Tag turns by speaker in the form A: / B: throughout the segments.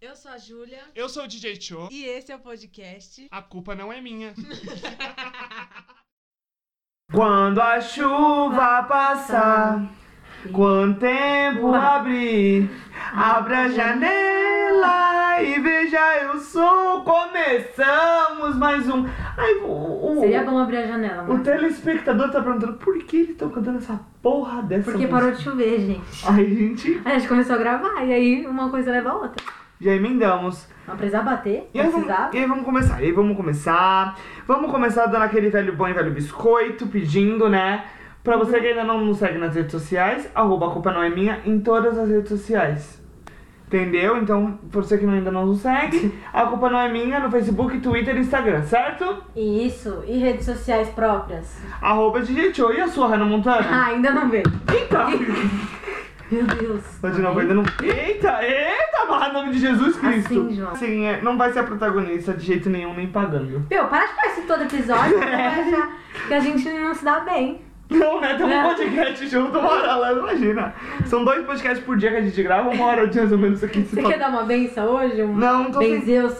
A: Eu sou a Júlia
B: Eu sou o DJ Cho.
A: e esse é o podcast.
B: A culpa não é minha.
C: Quando a chuva passar, quando o tempo abrir, abra a janela e veja o sol. Começamos mais um. Ai, o, o,
D: Seria bom abrir a janela,
C: o
D: mano.
C: telespectador tá perguntando por que eles estão cantando essa porra dessa
D: Porque
C: música.
D: parou de chover, gente.
C: Ai, gente,
D: Aí a gente começou a gravar e aí uma coisa leva a outra.
C: já emendamos.
D: Não precisava bater,
C: E aí,
D: não
C: vamos,
D: precisava.
C: e aí vamos começar, e aí vamos começar. Vamos começar dando aquele velho bom e velho biscoito, pedindo, né? Pra
D: Uhum.
C: você que ainda não nos segue nas redes sociais, arroba a culpa não é minha em todas as redes sociais. Entendeu? Então, pra você que ainda não nos segue, a culpa não é minha no Facebook, Twitter e Instagram, certo?
D: E isso, e redes sociais próprias.
C: Arroba DJ Show. E a sua, Hannah Montana?
D: Ah, ainda não veio.
C: Eita!
D: Meu Deus.
C: Mas de novo, ainda não. Eita, eita, barra em nome de Jesus Cristo.
D: Assim, João.
C: Assim, é, não vai ser a protagonista de jeito nenhum, nem pagando.
D: Meu, para de participar todo episódio, você vai achar que a gente não se dá bem.
C: Não, né? Tem um
D: É.
C: podcast junto, uma hora lá, imagina. São dois podcasts por dia que a gente grava, uma hora de mais ou menos isso aqui.
D: Você quer dar uma benção hoje? Um
C: Então- Não, não tô
D: benzer os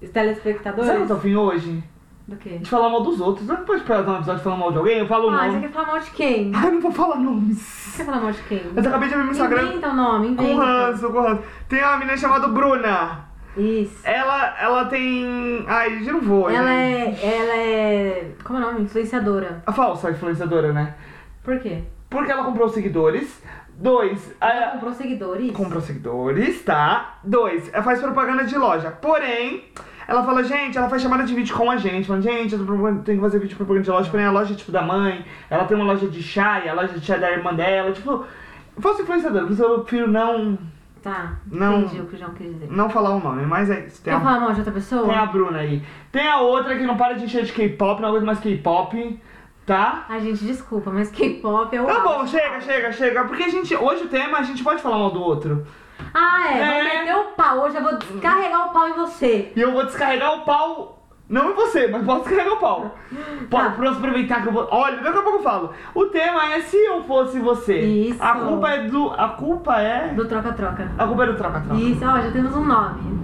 D: seus telespectadores?
C: Sabe o que eu tô afim hoje?
D: Do quê?
C: De falar mal dos outros. Você não pode esperar um episódio falando mal de alguém, eu falo o
D: Ah, você
C: nome.
D: quer falar mal de quem?
C: Ai, não vou falar
D: Você
C: nomes.
D: quer falar mal de quem?
C: Mas eu acabei de abrir meu Instagram
D: Inventa o nome,
C: com
D: inventa.
C: ranço, com ranço. Tem uma menina chamada Bruna.
D: Isso.
C: Ela, ela tem... Ai, já não vou,
D: Ela
C: gente.
D: é. Ela é. Como é o nome? Influenciadora.
C: A falsa influenciadora, né?
D: Por quê?
C: Porque ela comprou seguidores. Dois,
D: Ela
C: a-
D: comprou seguidores?
C: comprou seguidores, tá? Dois, ela faz propaganda de loja. Porém, ela fala, gente, ela faz chamada de vídeo com a gente, falando, gente, eu tô propagando- tenho que fazer vídeo de propaganda de loja, porém a loja é tipo da mãe, ela tem uma loja de chá e a loja de chá é da irmã dela, tipo, eu fosse influenciadora, por isso eu prefiro não,
D: Tá.
C: Não.
D: Entendi o que o João quer dizer.
C: não falar o nome, mas é isso. Tem
D: Quer
C: a,
D: falar mal de outra pessoa?
C: tem a Bruna aí. Tem a outra que não para de encher de K-pop, não aguenta mais K-pop, tá?
D: Ai, gente, desculpa, mas K-pop é o.
C: Tá
D: auge.
C: bom, chega, chega, chega. Porque a gente. Hoje o tema a gente pode falar mal do outro.
D: Ah, é.
C: É.
D: Vou meter o pau. Hoje eu vou descarregar o pau em você.
C: E eu vou descarregar o pau. Não em você, mas posso descarregar o pau.
D: Tá.
C: Pode, posso aproveitar que eu vou. Olha, daqui a pouco eu falo. O tema é se eu fosse você.
D: Isso.
C: A culpa é do. A culpa é.
D: Do troca-troca.
C: A culpa é do troca-troca.
D: Isso, ó, já temos um nome.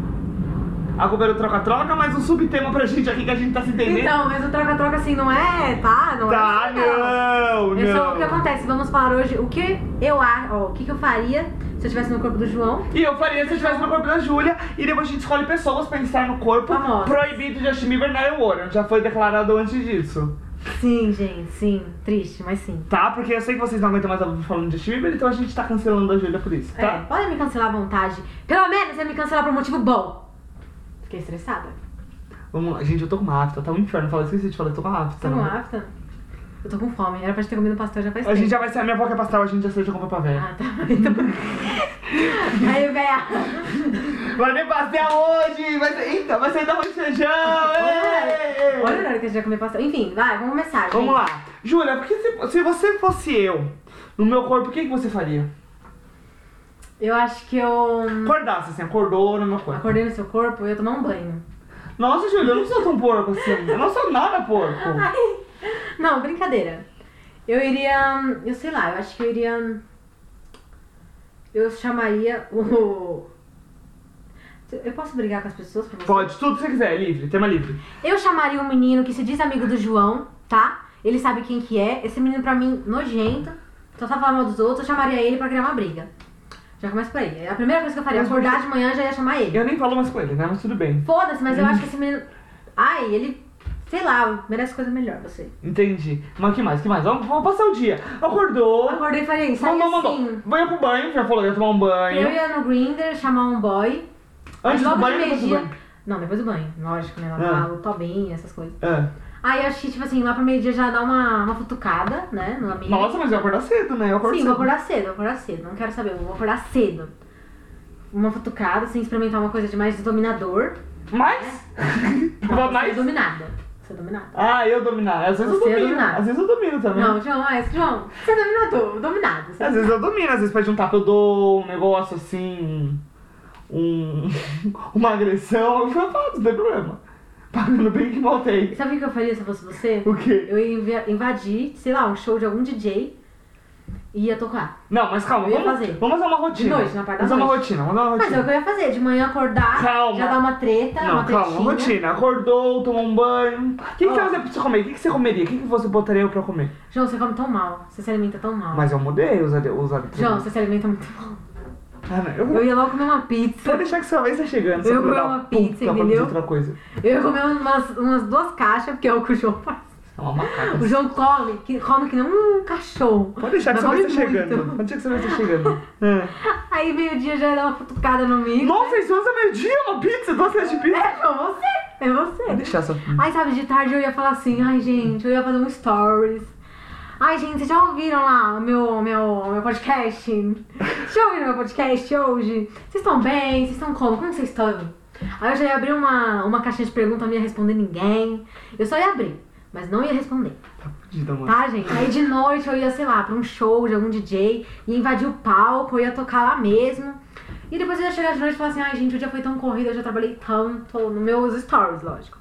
C: A culpa é do troca-troca, mas um subtema pra gente aqui que a gente tá se entendendo.
D: Então, mas o troca-troca assim não é. Tá? Não
C: tá,
D: é.
C: não, não.
D: É só o que acontece. Vamos falar hoje o que eu acho. Ó, o que, que eu faria se eu estivesse no corpo do João.
C: E eu faria se eu tivesse no corpo da Júlia. E depois a gente escolhe pessoas pra estar no corpo.
D: Famosas.
C: Proibido de Justin Bieber Nile Warren. Já foi declarado antes disso.
D: Sim, gente, sim. Triste, mas sim.
C: Tá, porque eu sei que vocês não aguentam mais estar falando de Justin Bieber, então a gente tá cancelando a Júlia por isso,
D: É,
C: tá?
D: podem me cancelar à vontade. Pelo menos você me cancelar por um motivo bom. Fiquei estressada.
C: Vamos lá. Gente, eu tô com uma afta, tá um inferno. Fala, esqueci de falar, eu tô com uma afta. né?
D: Você não afta? Eu tô com fome. Era pra gente ter comido pastel já faz
C: A gente
D: tempo.
C: já vai sair, a minha boca é pastel, a gente já saiu de compra pra velha.
D: Ah, tá. Então... Aí, véia. tá.
C: Vai ter pastel hoje! Vai ser... Eita, vai sair da de feijão! ê!
D: Olha o horário que a gente vai comer pastel. Enfim, vai, vamos começar. gente.
C: Vamos lá. Júlia, porque se, se você fosse eu, no meu corpo, o que, que você faria?
D: Eu acho que eu
C: Acordasse assim, acordou no meu corpo.
D: acordei no seu corpo e eu ia tomar um banho.
C: Nossa, Júlia, eu não sou tão porco assim. Eu não sou nada porco.
D: Ai. Não, brincadeira. Eu iria. Eu sei lá, eu acho que eu iria. Eu chamaria o. Eu posso brigar com as pessoas por você?
C: Pode, tudo que você quiser, é livre, tema livre.
D: Eu chamaria um menino que se diz amigo do João, tá? Ele sabe quem que é. Esse menino pra mim, nojento. Só sabe falar mal dos outros. Eu chamaria ele pra criar uma briga. Já começa por aí. É A primeira coisa que eu faria,
C: Mas
D: acordar
C: você-
D: de manhã, já ia chamar ele.
C: Eu nem falo mais com ele, né? Mas tudo bem.
D: Foda-se, mas eu
C: Hum.
D: acho que esse menino... Ai, ele... Sei lá, merece coisa melhor, você.
C: Entendi. Mas que mais? Que mais? Vamos, vamos passar o dia. Acordou.
D: Acordei e falei, sai
C: Mandou,
D: assim.
C: mandou. Banho pro banho, já falou, ia tomar um banho.
D: Eu ia no Grindr chamar um boy.
C: Antes
D: logo
C: do banho,
D: de
C: depois do
D: meio-dia...
C: banho.
D: Não, depois do banho, lógico, né?
C: Ah.
D: Lavar o tobinho, essas coisas.
C: É.
D: Aí eu acho que, tipo assim, lá pro meio-dia já dá uma, uma futucada, né? No amigo.
C: Nossa, mas eu acordar cedo, né? Eu acordo
D: Sim,
C: cedo.
D: vou acordar cedo, vou acordar cedo. Não quero saber, eu vou acordar cedo. Uma futucada, sem experimentar uma coisa de mais dominador.
C: Mas? Tava
D: Você é
C: mais?
D: dominada. Você é dominada.
C: Ah, eu dominar. Às vezes
D: Você
C: eu domino.
D: dominar.
C: Às vezes eu domino também.
D: Não, João, é, João, você é dominador, dominado. Você é
C: Às vezes eu domino, às vezes pede um tapa, eu dou um negócio assim. Um. uma agressão. Eu falo, não tem problema. Pagando bem que voltei.
D: Sabe o que eu faria se eu fosse você?
C: O quê?
D: Eu ia invi- invadir, sei lá, um show de algum DJ. Ia tocar.
C: Não, mas calma,
D: Eu ia
C: vamos,
D: fazer.
C: vamos fazer uma rotina.
D: noite, na parte da
C: vamos fazer uma
D: noite.
C: rotina, vamos fazer uma
D: Mas é o
C: rotina.
D: que eu ia fazer, de manhã acordar,
C: Calma.
D: já dar uma treta,
C: Não,
D: Tá, uma
C: calma,
D: tretinha.
C: rotina. Acordou, tomou um banho. O que, que
D: Ó.
C: você vai você comer? O que, que você comeria? O que, que você botaria eu pra comer?
D: João, você come tão mal, você se alimenta tão mal.
C: Mas eu mudei os ade- os hábitos.
D: João, você se alimenta muito mal.
C: Ah, não, eu vou
D: Eu ia logo comer uma pizza.
C: vou deixar que sua vez tá chegando. só
D: Eu
C: pra
D: comi
C: dar
D: uma
C: puta
D: pizza,
C: pra fazer
D: entendeu?
C: outra coisa.
D: Eu ia comer umas, umas duas caixas, porque é o que o João faz.
C: É uma macaca.
D: O João come, que, come que nem um cachorro.
C: Pode deixar que
D: Mas
C: sua vez tá
D: come muito.
C: chegando. Pode deixar que sua vez tá chegando. É.
D: Aí meio-dia já ia dar uma futucada no micro.
C: Nossa, isso usa meio-dia uma pizza? Duas vezes de pizza?
D: É João, você! É
C: Vou
D: você!
C: deixar só.
D: Aí sabe, de tarde eu ia falar assim, ai gente, eu ia fazer um stories. Ai gente, vocês já ouviram lá o meu, meu, meu podcast? Vocês já ouviram meu podcast hoje? Vocês estão bem? Vocês estão como? Como vocês estão? Aí eu já ia abrir uma, uma caixinha de pergunta, não ia responder ninguém. Eu só ia abrir, mas não ia responder.
C: Tá fudida, mano.
D: Tá, gente? Aí de noite eu ia, sei lá, pra um show de algum DJ, ia invadir o palco, eu ia tocar lá mesmo. E depois eu ia chegar de noite e falar assim, ai gente, o dia foi tão corrido, eu já trabalhei tanto nos meus stories, lógico.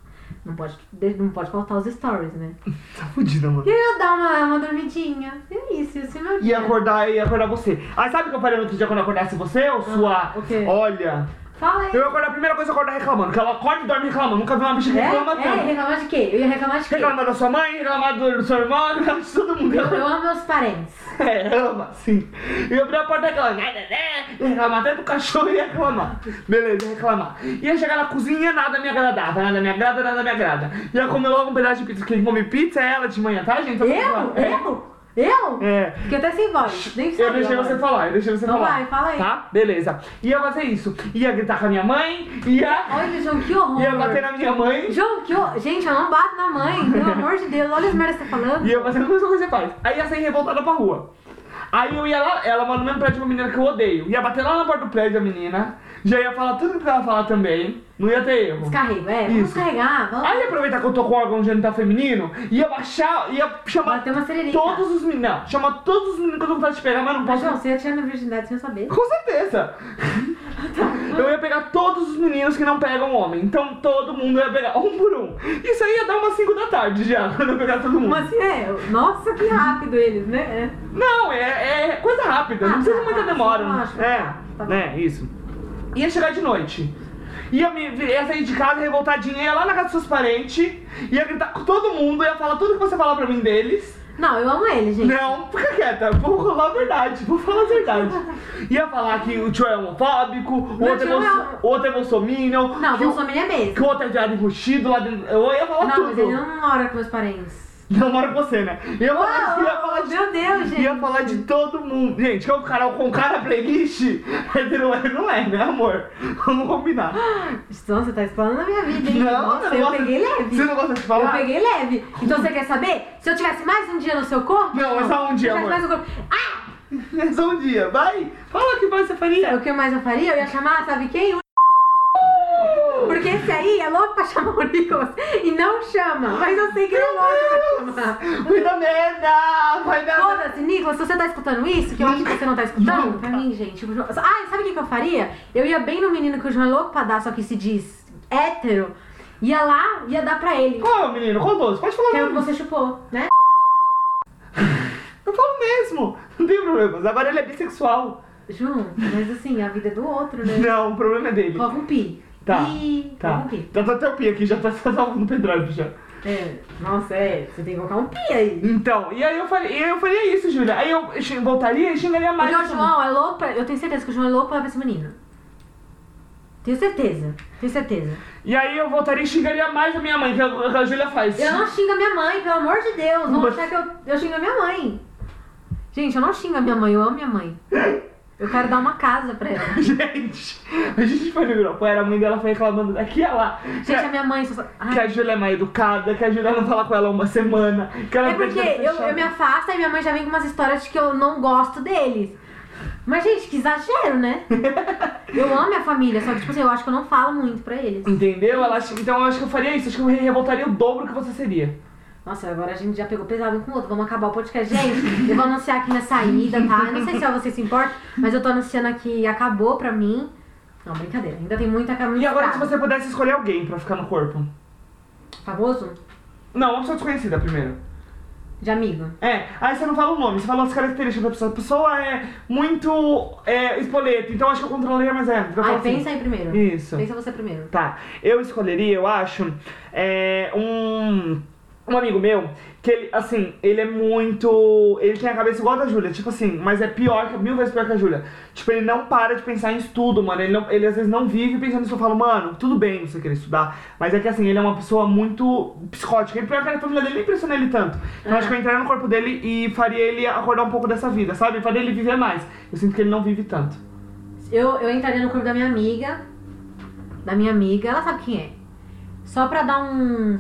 D: Não pode, não pode faltar os stories, né?
C: Tá fudida, mano.
D: E aí eu ia dar uma, uma dormidinha. E é isso, esse é meu
C: E
D: dia.
C: acordar, e acordar você. Ah, sabe o que eu faria no outro dia quando eu acordasse você, ou sua?
D: Ah, o quê?
C: Olha.
D: Fala aí.
C: Eu ia acordar, a primeira coisa eu acordar reclamando. Que ela acorda e dorme reclamando. Nunca vi uma bicha que
D: É?
C: reclama
D: É,
C: tanto.
D: reclamar de quê? Eu ia reclamar de quê?
C: Reclamar da sua mãe, reclamar do seu irmão, reclamar de todo mundo.
D: Eu, eu amo meus parentes.
C: É, ama, sim. E abrir a porta e reclamar. né, né, né, Ia reclamar até do cachorro e ia reclamar. Beleza, ia reclamar. Ia chegar na cozinha, nada me agradava, nada me agrada, nada me agrada. Ia comer logo um pedaço de pizza, porque quem come pizza é ela de manhã, tá, gente?
D: Eu?
C: Só pra falar. É.
D: Eu? Eu?
C: É.
D: Fiquei até sem voz. Nem
C: Eu
D: sabia
C: deixei
D: agora.
C: você falar, eu deixei você
D: Então
C: falar.
D: vai, fala aí.
C: Tá? Beleza. Ia fazer isso. Ia gritar com a minha mãe, ia,
D: Olha, João, que horror.
C: ia bater na minha mãe,
D: João, que eu... Gente, eu não bato na mãe, pelo amor de Deus. Olha as merdas que você tá falando.
C: ia fazer a mesma coisa que você faz. Aí ia sair revoltada pra rua. Aí eu ia lá, ela mora no mesmo prédio de uma menina que eu odeio. Ia bater lá na porta do prédio a menina, já ia falar tudo que precisava falar também, não ia ter erro.
D: Descarrego, é. Vamos
C: Isso.
D: descarregar, vamos.
C: Aí ia aproveitar que eu tô com um órgão genital feminino, ia baixar, ia chamar
D: Bater uma sererita.
C: todos os meninos. Não, chamar todos os meninos que eu tô com vontade de pegar, mas não
D: Mas,
C: posso.
D: João, você ia tirar minha virgindade sem eu saber.
C: Com certeza. Eu ia pegar todos os meninos que não pegam homem. Então todo mundo ia pegar um por um. Isso aí ia dar umas 5 da tarde já, quando eu pegar todo mundo.
D: Mas é, nossa, que rápido eles, né? É.
C: Não, é, é coisa rápida, não
D: Ah,
C: precisa
D: tá,
C: muita
D: tá,
C: demora.
D: sim, lógico,
C: É,
D: tá, tá.
C: né, isso. Ia chegar de noite. Ia, me, ia sair de casa revoltadinha, ia lá na casa dos seus parentes, ia gritar com todo mundo, ia falar tudo que você falar pra mim deles.
D: Não, eu amo ele, gente.
C: Não, fica quieta, vou falar a verdade, vou falar a verdade. Ia falar que o tio é homofóbico, o
D: Meu
C: outro é,
D: tio
C: bolso,
D: é-
C: o outro é bolsominion,
D: Não,
C: que, o-
D: Bolsonaro é
C: que
D: mesmo.
C: o outro é viado enrustido lá dentro. Eu ia falar
D: Não, mas
C: tudo.
D: ele não mora com meus parentes.
C: Não mora com você, né? Eu ia falar,
D: Uau,
C: ia falar de.
D: meu Deus, gente.
C: Ia falar de todo mundo. Gente, que é um canal com cara playlist? Hétero é, não é, né, amor? Vamos combinar.
D: Nossa, você tá explorando a minha vida, hein?
C: Não,
D: Nossa,
C: não
D: eu
C: gosta-
D: peguei leve.
C: Você não gosta de
D: Eu
C: falar?
D: peguei leve. Então você quer saber? Se eu tivesse mais um dia no seu corpo?
C: Não, é só um
D: Se
C: dia,
D: eu tivesse
C: amor.
D: mais um corpo. Ah!
C: É só um dia. Vai! Fala o que mais você faria.
D: É O que mais eu faria? Eu ia chamar, sabe quem? O Porque esse aí é louco pra chamar o Nicolas e não chama. Mas eu sei que ele é louco pra chamar.
C: Vai dar merda! Vai dar merda!
D: Foda-se, Nicolas, se você tá escutando isso, que eu acho que você não tá escutando, pra mim, gente. o João- Ah, sabe o que, que eu faria? Eu ia bem no menino que o João é louco pra dar, só que se diz hétero, ia lá, ia dar pra ele.
C: Qual é o menino? Qual doce? Pode falar
D: Que é o que
C: mesmo.
D: você chupou, né?
C: Eu falo mesmo. Não tem problemas. Agora ele é bissexual.
D: João, mas assim, a vida é do outro, né?
C: Não, o problema é dele.
D: Coloca um pi.
C: Tá,
D: Pi,
C: Tá.
D: Coloca um pi.
C: Tá tá até o pi aqui, já tá salvo no pendrive já.
D: É, nossa, é, você tem que colocar um pi aí.
C: Então, e aí eu faria, e aí eu faria isso, Júlia. Aí eu xing- voltaria e xingaria mais.
D: Porque o
C: essa
D: João é louco pra... Eu tenho certeza que o João é louco pra ver esse menino. Tenho certeza. Tenho certeza.
C: E aí eu voltaria e xingaria mais a minha mãe, que a, que a Júlia faz.
D: Eu não xingo a minha mãe, pelo amor de Deus. Vão
C: Mas-
D: achar que eu, eu xingo a minha mãe. Gente, eu não xingo a minha mãe. Eu amo minha mãe. Eu quero dar uma casa pra ela.
C: Gente, a gente foi no grupo, era a mãe dela foi reclamando daqui a lá. Que
D: Gente, é a
C: a,
D: minha mãe... Só... Ai,
C: que a Júlia é mal educada, que a Júlia não fala com ela uma semana. Que ela
D: É porque
C: pede pra
D: eu,
C: fechar.
D: eu me afasto e minha mãe já vem com umas histórias de que eu não gosto deles. Mas, gente, que exagero, né? Eu amo minha família, só que, tipo assim, eu acho que eu não falo muito pra eles.
C: Entendeu? Ela, acha- então eu acho que eu faria isso, acho que eu revoltaria o dobro que você seria.
D: Nossa, agora a gente já pegou pesado um com o outro. Vamos acabar o podcast. Gente, eu vou anunciar aqui minha saída, tá? Eu não sei se você se importa, mas eu tô anunciando aqui. Acabou pra mim. Não, brincadeira. Ainda tem muita caminho.
C: E agora se você pudesse escolher alguém pra ficar no corpo?
D: Famoso?
C: Não, uma pessoa desconhecida primeiro.
D: De amigo.
C: É, aí você não fala o nome, você fala as características da pessoa. A pessoa é muito é, espoleta, então acho que eu controlaria mais ela. Eu falo
D: Ai,
C: assim,
D: pensa aí primeiro.
C: Isso.
D: Pensa você primeiro.
C: Tá. Eu escolheria, eu acho, é, um, um amigo meu que ele, assim, ele é muito. Ele tem a cabeça igual a da Júlia, tipo assim, mas é pior, que- mil vezes pior que a Júlia. Tipo, ele não para de pensar em estudo, mano. Ele, não- ele às vezes não vive pensando nisso. Eu falo, mano, tudo bem você querer estudar. Mas é que assim, ele é uma pessoa muito psicótica. Ele pior que a família dele nem impressiona ele tanto. Então
D: Aham.
C: acho que eu entraria no corpo dele e faria ele acordar um pouco dessa vida, sabe? Faria ele viver mais. Eu sinto que ele não vive tanto.
D: Eu, eu entraria no corpo da minha amiga. Da minha amiga. Ela sabe quem é. Só pra dar um.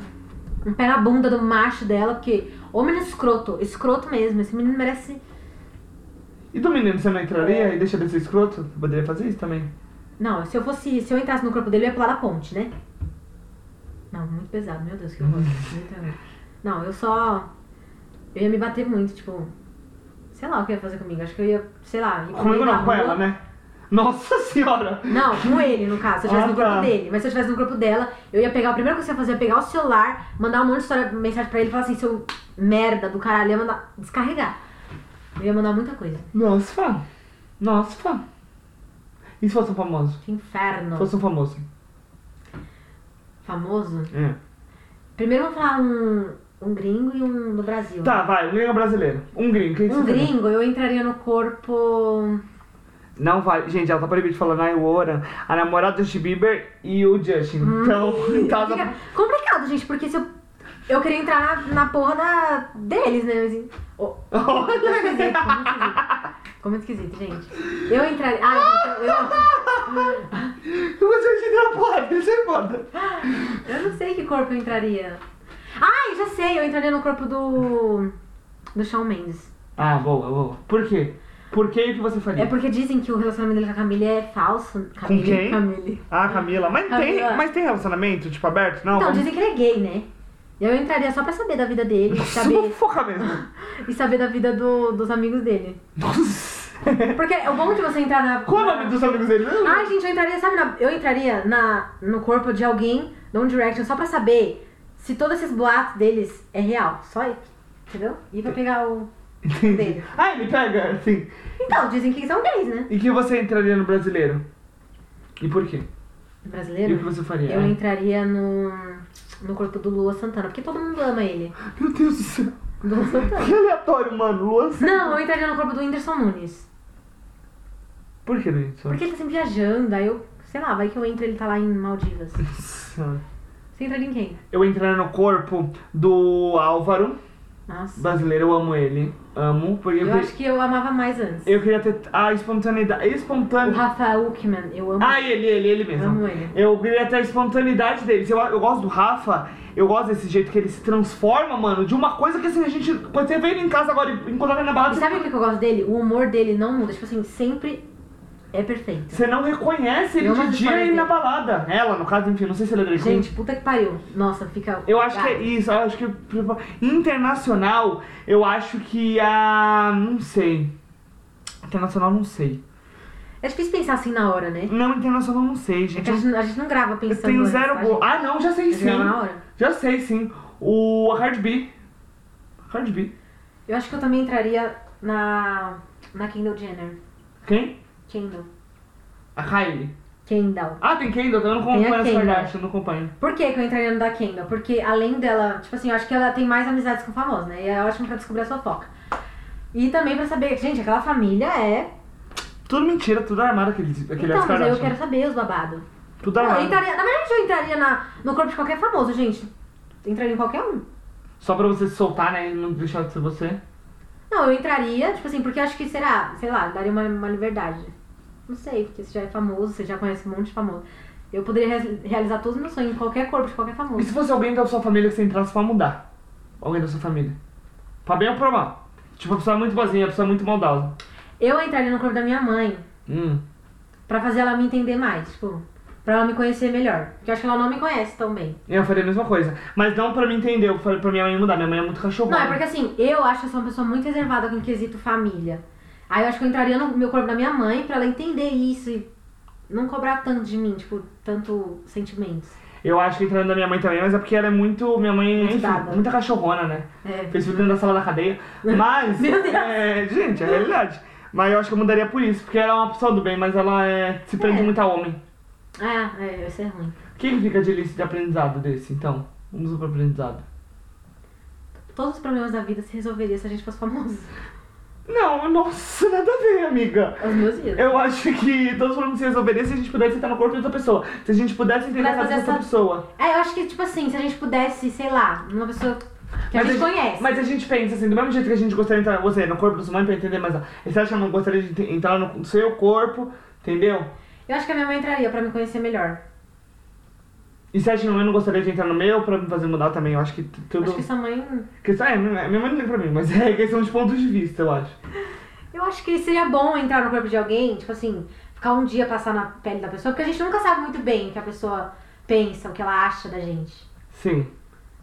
D: Um pé na bunda do macho dela, porque. Homem é escroto. Escroto mesmo. Esse menino merece.
C: E do menino, você não entraria e deixaria de ser escroto? Poderia fazer isso também.
D: Não, se eu fosse. Se eu entrasse no corpo dele, eu ia pular da ponte, né? Não, muito pesado, meu Deus, que
C: Uhum.
D: horror. Muito horror. Não, eu só. Eu ia me bater muito, tipo. Sei lá o que eu ia fazer comigo. Acho que eu ia, sei lá, ir pro meio
C: Comigo
D: da
C: não, com
D: rua.
C: ela, né? Nossa senhora!
D: Não, com ele, no caso, se eu
C: Ah,
D: tivesse no
C: tá.
D: corpo dele. Mas se eu tivesse no corpo dela, eu ia pegar. A primeira coisa que eu ia fazer é pegar o celular, mandar um monte de história, mensagem pra ele e falar assim, seu merda do caralho, eu ia mandar. Descarregar. Eu ia mandar muita coisa.
C: Nossa! Nossa! E se fosse um famoso?
D: Que inferno.
C: Se fosse um famoso.
D: Famoso.
C: É.
D: Primeiro eu vou falar um, um gringo e um do Brasil.
C: Tá, vai, um gringo brasileiro. Um gringo, quem que
D: Um
C: você tem?
D: gringo, eu entraria no corpo.
C: Não vai. Gente, ela tá proibida de falar Nai Warren, a namorada do Justin Bieber e o Justin.
D: Hum.
C: Então, tá.
D: Fica complicado, gente, porque se eu. Eu queria entrar na, na porra da, deles, né? Mas, assim, oh, como esquisito, como esquisito. Como esquisito, gente. Eu entraria. Ai, gente, eu, eu,
C: Eu gostei de entrar porra, ele é foda.
D: eu não sei que corpo eu entraria. Ai, já sei, eu entraria no corpo do. do Shawn Mendes.
C: Ah, boa, boa. Por quê? Por que que você faria?
D: É porque dizem que o relacionamento dele com a Camille é falso. Camille,
C: quem?
D: Camille.
C: Ah, Camila, mas tem,
D: Camila.
C: mas tem relacionamento, tipo, aberto? Não,
D: Então,
C: vamos-
D: dizem que ele é gay, né? Eu entraria só pra saber da vida dele,
C: Vamos
D: saber,
C: focar mesmo.
D: e saber da vida do- dos amigos dele.
C: Nossa.
D: Porque o bom de você entrar na.
C: Qual é o nome dos amigos dele?
D: Ai, gente, eu entraria, sabe, na- eu entraria na, no corpo de alguém, no One Direction, só pra saber se todos esses boatos deles é real. Só aí, entendeu? E pra pegar o.
C: Entendi.
D: dele.
C: Ah, ele pega, assim.
D: Então, dizem que são gays, né?
C: E que você entraria no brasileiro? E por quê? E o que
D: Brasileiro.
C: você é? faria?
D: Eu entraria no. no corpo do Lua Santana, porque todo mundo ama ele.
C: Meu Deus do céu.
D: Lua Santana.
C: Que aleatório, mano. assim. Luan.
D: Não, eu entraria no corpo do Whindersson Nunes.
C: Por que, Luiz?
D: Porque ele tá sempre viajando, aí eu. Sei lá, vai que eu entro e ele tá lá em Maldivas. Você entraria em quem?
C: Eu entraria no corpo do Álvaro.
D: Nossa.
C: Brasileiro, eu amo ele. Amo. Porque
D: Eu acho que eu amava mais antes.
C: eu queria ter a espontaneidade.
D: O
C: Espontânea.
D: Rafa Uckman, eu amo.
C: Ah, ele, ele, ele mesmo.
D: Amo ele.
C: Eu queria ter a espontaneidade deles. Eu, eu gosto do Rafa, eu gosto desse jeito que ele se transforma, mano, de uma coisa que assim, a gente. Quando você vê ele em casa agora e encontrar ele na balada,
D: E sabe o que que eu gosto dele? O humor dele não muda. Tipo assim, sempre é perfeito.
C: Você não reconhece ele
D: Eu
C: de
D: não
C: dia e
D: reconheço.
C: na balada. Ela, no caso, enfim, não sei se ele é drag queen.
D: Gente, puta que pariu. Nossa, fica. Ah,
C: Eu acho que é isso, eu acho que internacional, eu acho que a não sei. Internacional não sei.
D: É difícil pensar assim na hora, né?
C: Não, internacional não sei,
D: É
C: gente.
D: que a
C: Eu,
D: gente, não- a gente não grava
C: eu
D: pensando.
C: tenho
D: antes,
C: zero
D: tá,
C: gol.
D: gente?
C: Ah, não, já sei
D: A gente
C: sim.
D: grava na hora.
C: Já sei sim. O a Cardi B. A Cardi B.
D: Eu acho que eu também entraria na. Na Kendall Jenner.
C: Quem?
D: Kendall.
C: A Kylie.
D: Kendall.
C: Ah, tem Kendall, eu não
D: Tem a
C: acompanho as
D: Kendall.
C: Kardashian, não acompanho.
D: Por que, que eu entraria no da Kendall? Porque além dela, tipo assim, eu acho que ela tem mais amizades com famosos, né? E é ótimo pra descobrir a sua foca. E também pra saber, gente, aquela família é.
C: Tudo mentira, tudo armado aquele, aquele
D: então,
C: as
D: mas aí eu
C: Kardashian.
D: quero saber os babados.
C: Tudo
D: Não, então- eu
C: armado.
D: entraria, na verdade, eu entraria na, no corpo de qualquer famoso, gente. Entraria em qualquer um.
C: Só pra você se soltar, né? E não deixar de ser você.
D: Não, eu entraria, tipo assim, porque eu acho que será, sei lá, daria uma, uma liberdade. Não sei, porque você já é famoso, você já conhece um monte de famoso. Eu poderia re- realizar todos os meus sonhos em qualquer corpo de qualquer
C: E
D: famoso.
C: se fosse alguém da sua família que você entrasse pra mudar? Alguém da sua família. Pra bem ou pra mal? Tipo, a pessoa é muito boazinha, a pessoa é muito maldosa.
D: Eu entraria no corpo da minha mãe
C: Hum.
D: pra fazer ela me entender mais, tipo, pra ela me conhecer melhor. Porque eu acho que ela não me conhece tão bem.
C: Eu faria a mesma coisa. Mas não pra me entender, eu falei pra minha mãe mudar. Minha mãe é muito
D: Não,
C: cachorrona.
D: é porque assim, eu acho que eu sou uma pessoa muito reservada com o quesito família. Aí eu acho que eu entraria no meu corpo da minha mãe pra ela entender isso e não cobrar tanto de mim, tipo, tanto sentimentos.
C: Eu acho que entrando da minha mãe também, mas é porque ela é muito. Minha mãe,
D: Muito
C: enfim,
D: dada.
C: muita cachorrona, né?
D: É.
C: Fez filho dentro da sala da cadeia. Mas.
D: Meu Deus.
C: é, gente, é a realidade. Mas eu acho que eu mudaria por isso, porque ela é uma pessoa do bem, mas ela é, se prende
D: É.
C: muito a homem.
D: Ah, é, isso é ruim.
C: O que, que fica de lista de aprendizado desse, então? Vamos pro aprendizado.
D: Todos os problemas da vida se resolveria se a gente fosse famoso.
C: Não, nossa, nada a ver, amiga.
D: É Os meus dias.
C: Eu acho que todos os problemas se resolveriam se a gente pudesse estar no corpo de outra pessoa. Se a gente pudesse entender a
D: Mas
C: cabeça
D: fazer
C: dessa
D: essa-
C: pessoa.
D: É, eu acho que, tipo assim, se a gente pudesse, sei lá, uma pessoa que a
C: Mas
D: gente conhece.
C: Mas a gente pensa assim, do mesmo jeito que a gente gostaria de entrar você, no corpo dos humanos pra entender mais. ela. E Você acha que eu não gostaria de ent- entrar no seu corpo, entendeu?
D: Eu acho que a minha mãe entraria pra me conhecer melhor.
C: E você acha que minha mãe não gostaria de entrar no meu pra me fazer mudar também? Eu acho que t- tudo.
D: Acho que sua mãe. um
C: Questão- é, minha minha mãe não liga pra mim, mas é questão de pontos de vista, eu acho.
D: Eu acho que seria bom entrar no corpo de alguém, tipo assim, ficar um dia passar na pele da pessoa, porque a gente nunca sabe muito bem o que a pessoa pensa, o que ela acha da gente.
C: Sim.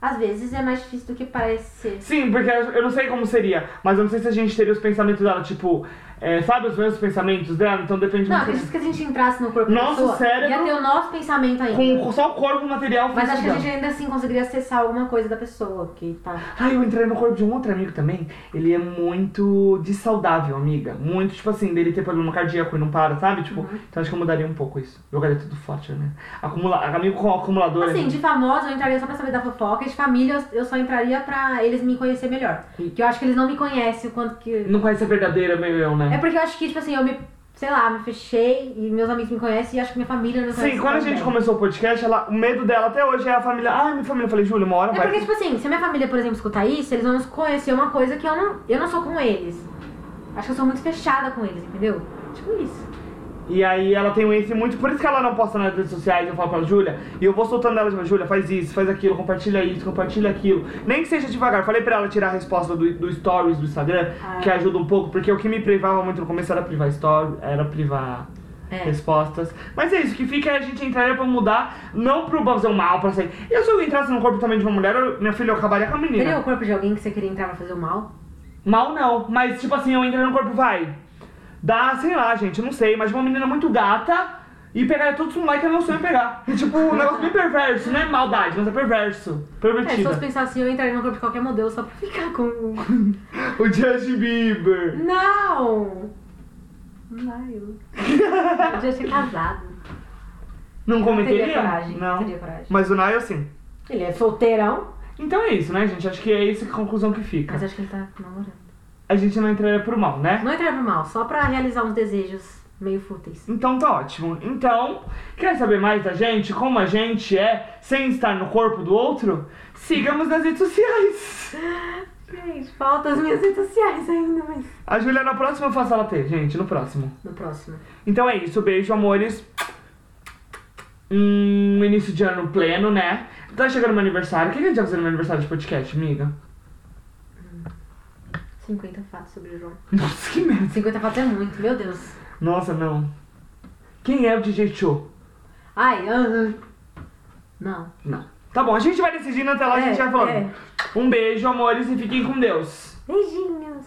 D: Às vezes é mais difícil do que parece ser.
C: Sim, porque eu não sei como seria, mas eu não sei se a gente teria os pensamentos dela, tipo, é, sabe os meus pensamentos dela? Então depende
D: Não,
C: muito.
D: acredito que se a gente entrasse no corpo da
C: Nosso
D: pessoa,
C: cérebro-
D: ia ter o nosso pensamento ainda.
C: Com, com só o corpo material
D: Mas acho que a
C: físico
D: gente ainda assim conseguiria acessar alguma coisa da pessoa que tá.
C: Ah, eu entrei no corpo de um outro amigo também. Ele é muito desaudável, amiga. Muito, tipo assim, dele ter problema cardíaco e não para, sabe? Tipo,
D: Uhum.
C: então acho que eu mudaria um pouco isso. Jogaria tudo forte, né? Acumula... Amigo com acumulador.
D: Assim,
C: amigo.
D: de famosa eu entraria só pra saber da fofoca, e de família eu- eu só entraria pra eles me conhecer melhor.
C: E-
D: Que eu acho que eles não me conhecem o quanto que.
C: Não conhece a verdadeira, meio eu, né?
D: É porque eu acho que, tipo assim, eu me, sei lá, me fechei e meus amigos me conhecem e acho que minha família não me conhece.
C: Sim, quando a
D: tão
C: gente
D: bem.
C: começou o podcast, ela, o medo dela até hoje é a família. Ai, minha família. Eu falei, Júlio, uma hora
D: É
C: vai.
D: porque, tipo assim, se a minha família, por exemplo, escutar isso, eles vão conhecer uma coisa que eu não, eu não sou com eles. Acho que eu sou muito fechada com eles, entendeu? Tipo isso.
C: E aí ela tem um índice muito, por isso que ela não posta nas redes sociais, eu falo pra Júlia, e eu vou soltando ela, tipo, Júlia, faz isso, faz aquilo, compartilha isso, compartilha aquilo. Nem que seja devagar, falei pra ela tirar a resposta do, do stories do Instagram,
D: Ah.
C: que ajuda um pouco, porque o que me privava muito no começo era privar stories, era privar
D: É.
C: respostas. Mas é isso, o que fica é a gente entrar pra mudar, não pro fazer o mal, pra sair. Eu se eu entrasse no corpo também de uma mulher, eu- minha filha, eu acabaria com a menina.
D: Entendeu o corpo de alguém que você queria entrar pra fazer o mal?
C: Mal não, mas tipo assim, eu entrei no corpo, vai. Dá, sei lá, gente, eu não sei, mas uma menina muito gata e pegar todos os moleques que eu não sonho pegar. E, tipo, um negócio bem perverso, não é maldade, mas é perverso.
D: É, se
C: Pervertida.
D: fosse pensar assim, eu entraria no corpo de qualquer modelo só pra ficar com. um.
C: O Justin Bieber.
D: Não! Não vai, eu. Eu já tinha casado.
C: Não cometeria?
D: Teria coragem.
C: Não.
D: Teria coragem.
C: Mas o Niall, sim.
D: Ele é solteirão,
C: Então é isso, né, gente? Acho que é essa a conclusão que fica.
D: mas acho que ele tá namorando.
C: A gente não entraria por mal, né?
D: Não entrar pro mal, só pra realizar uns desejos meio fúteis.
C: Então tá ótimo. Então, quer saber mais da gente? Como a gente é sem estar no corpo do outro? Sigamos nas redes sociais.
D: Gente, falta as minhas redes sociais ainda, mas.
C: A Júlia na próxima eu faço ela ter, gente, no próximo.
D: No próximo.
C: Então é isso, beijo, amores. Um início de ano pleno, né? Tá chegando meu aniversário. O que que a gente vai fazer no meu aniversário de podcast, amiga?
D: 50 fatos sobre o João.
C: Nossa, que merda.
D: 50 fatos é muito, meu Deus.
C: Nossa, não. Quem é o DJ Cho?
D: Ai, ah, ah. não.
C: Não. Tá bom, a gente vai decidindo até lá, a gente
D: É,
C: vai falando.
D: é.
C: Um beijo, amores, e fiquem com Deus.
D: Beijinhos.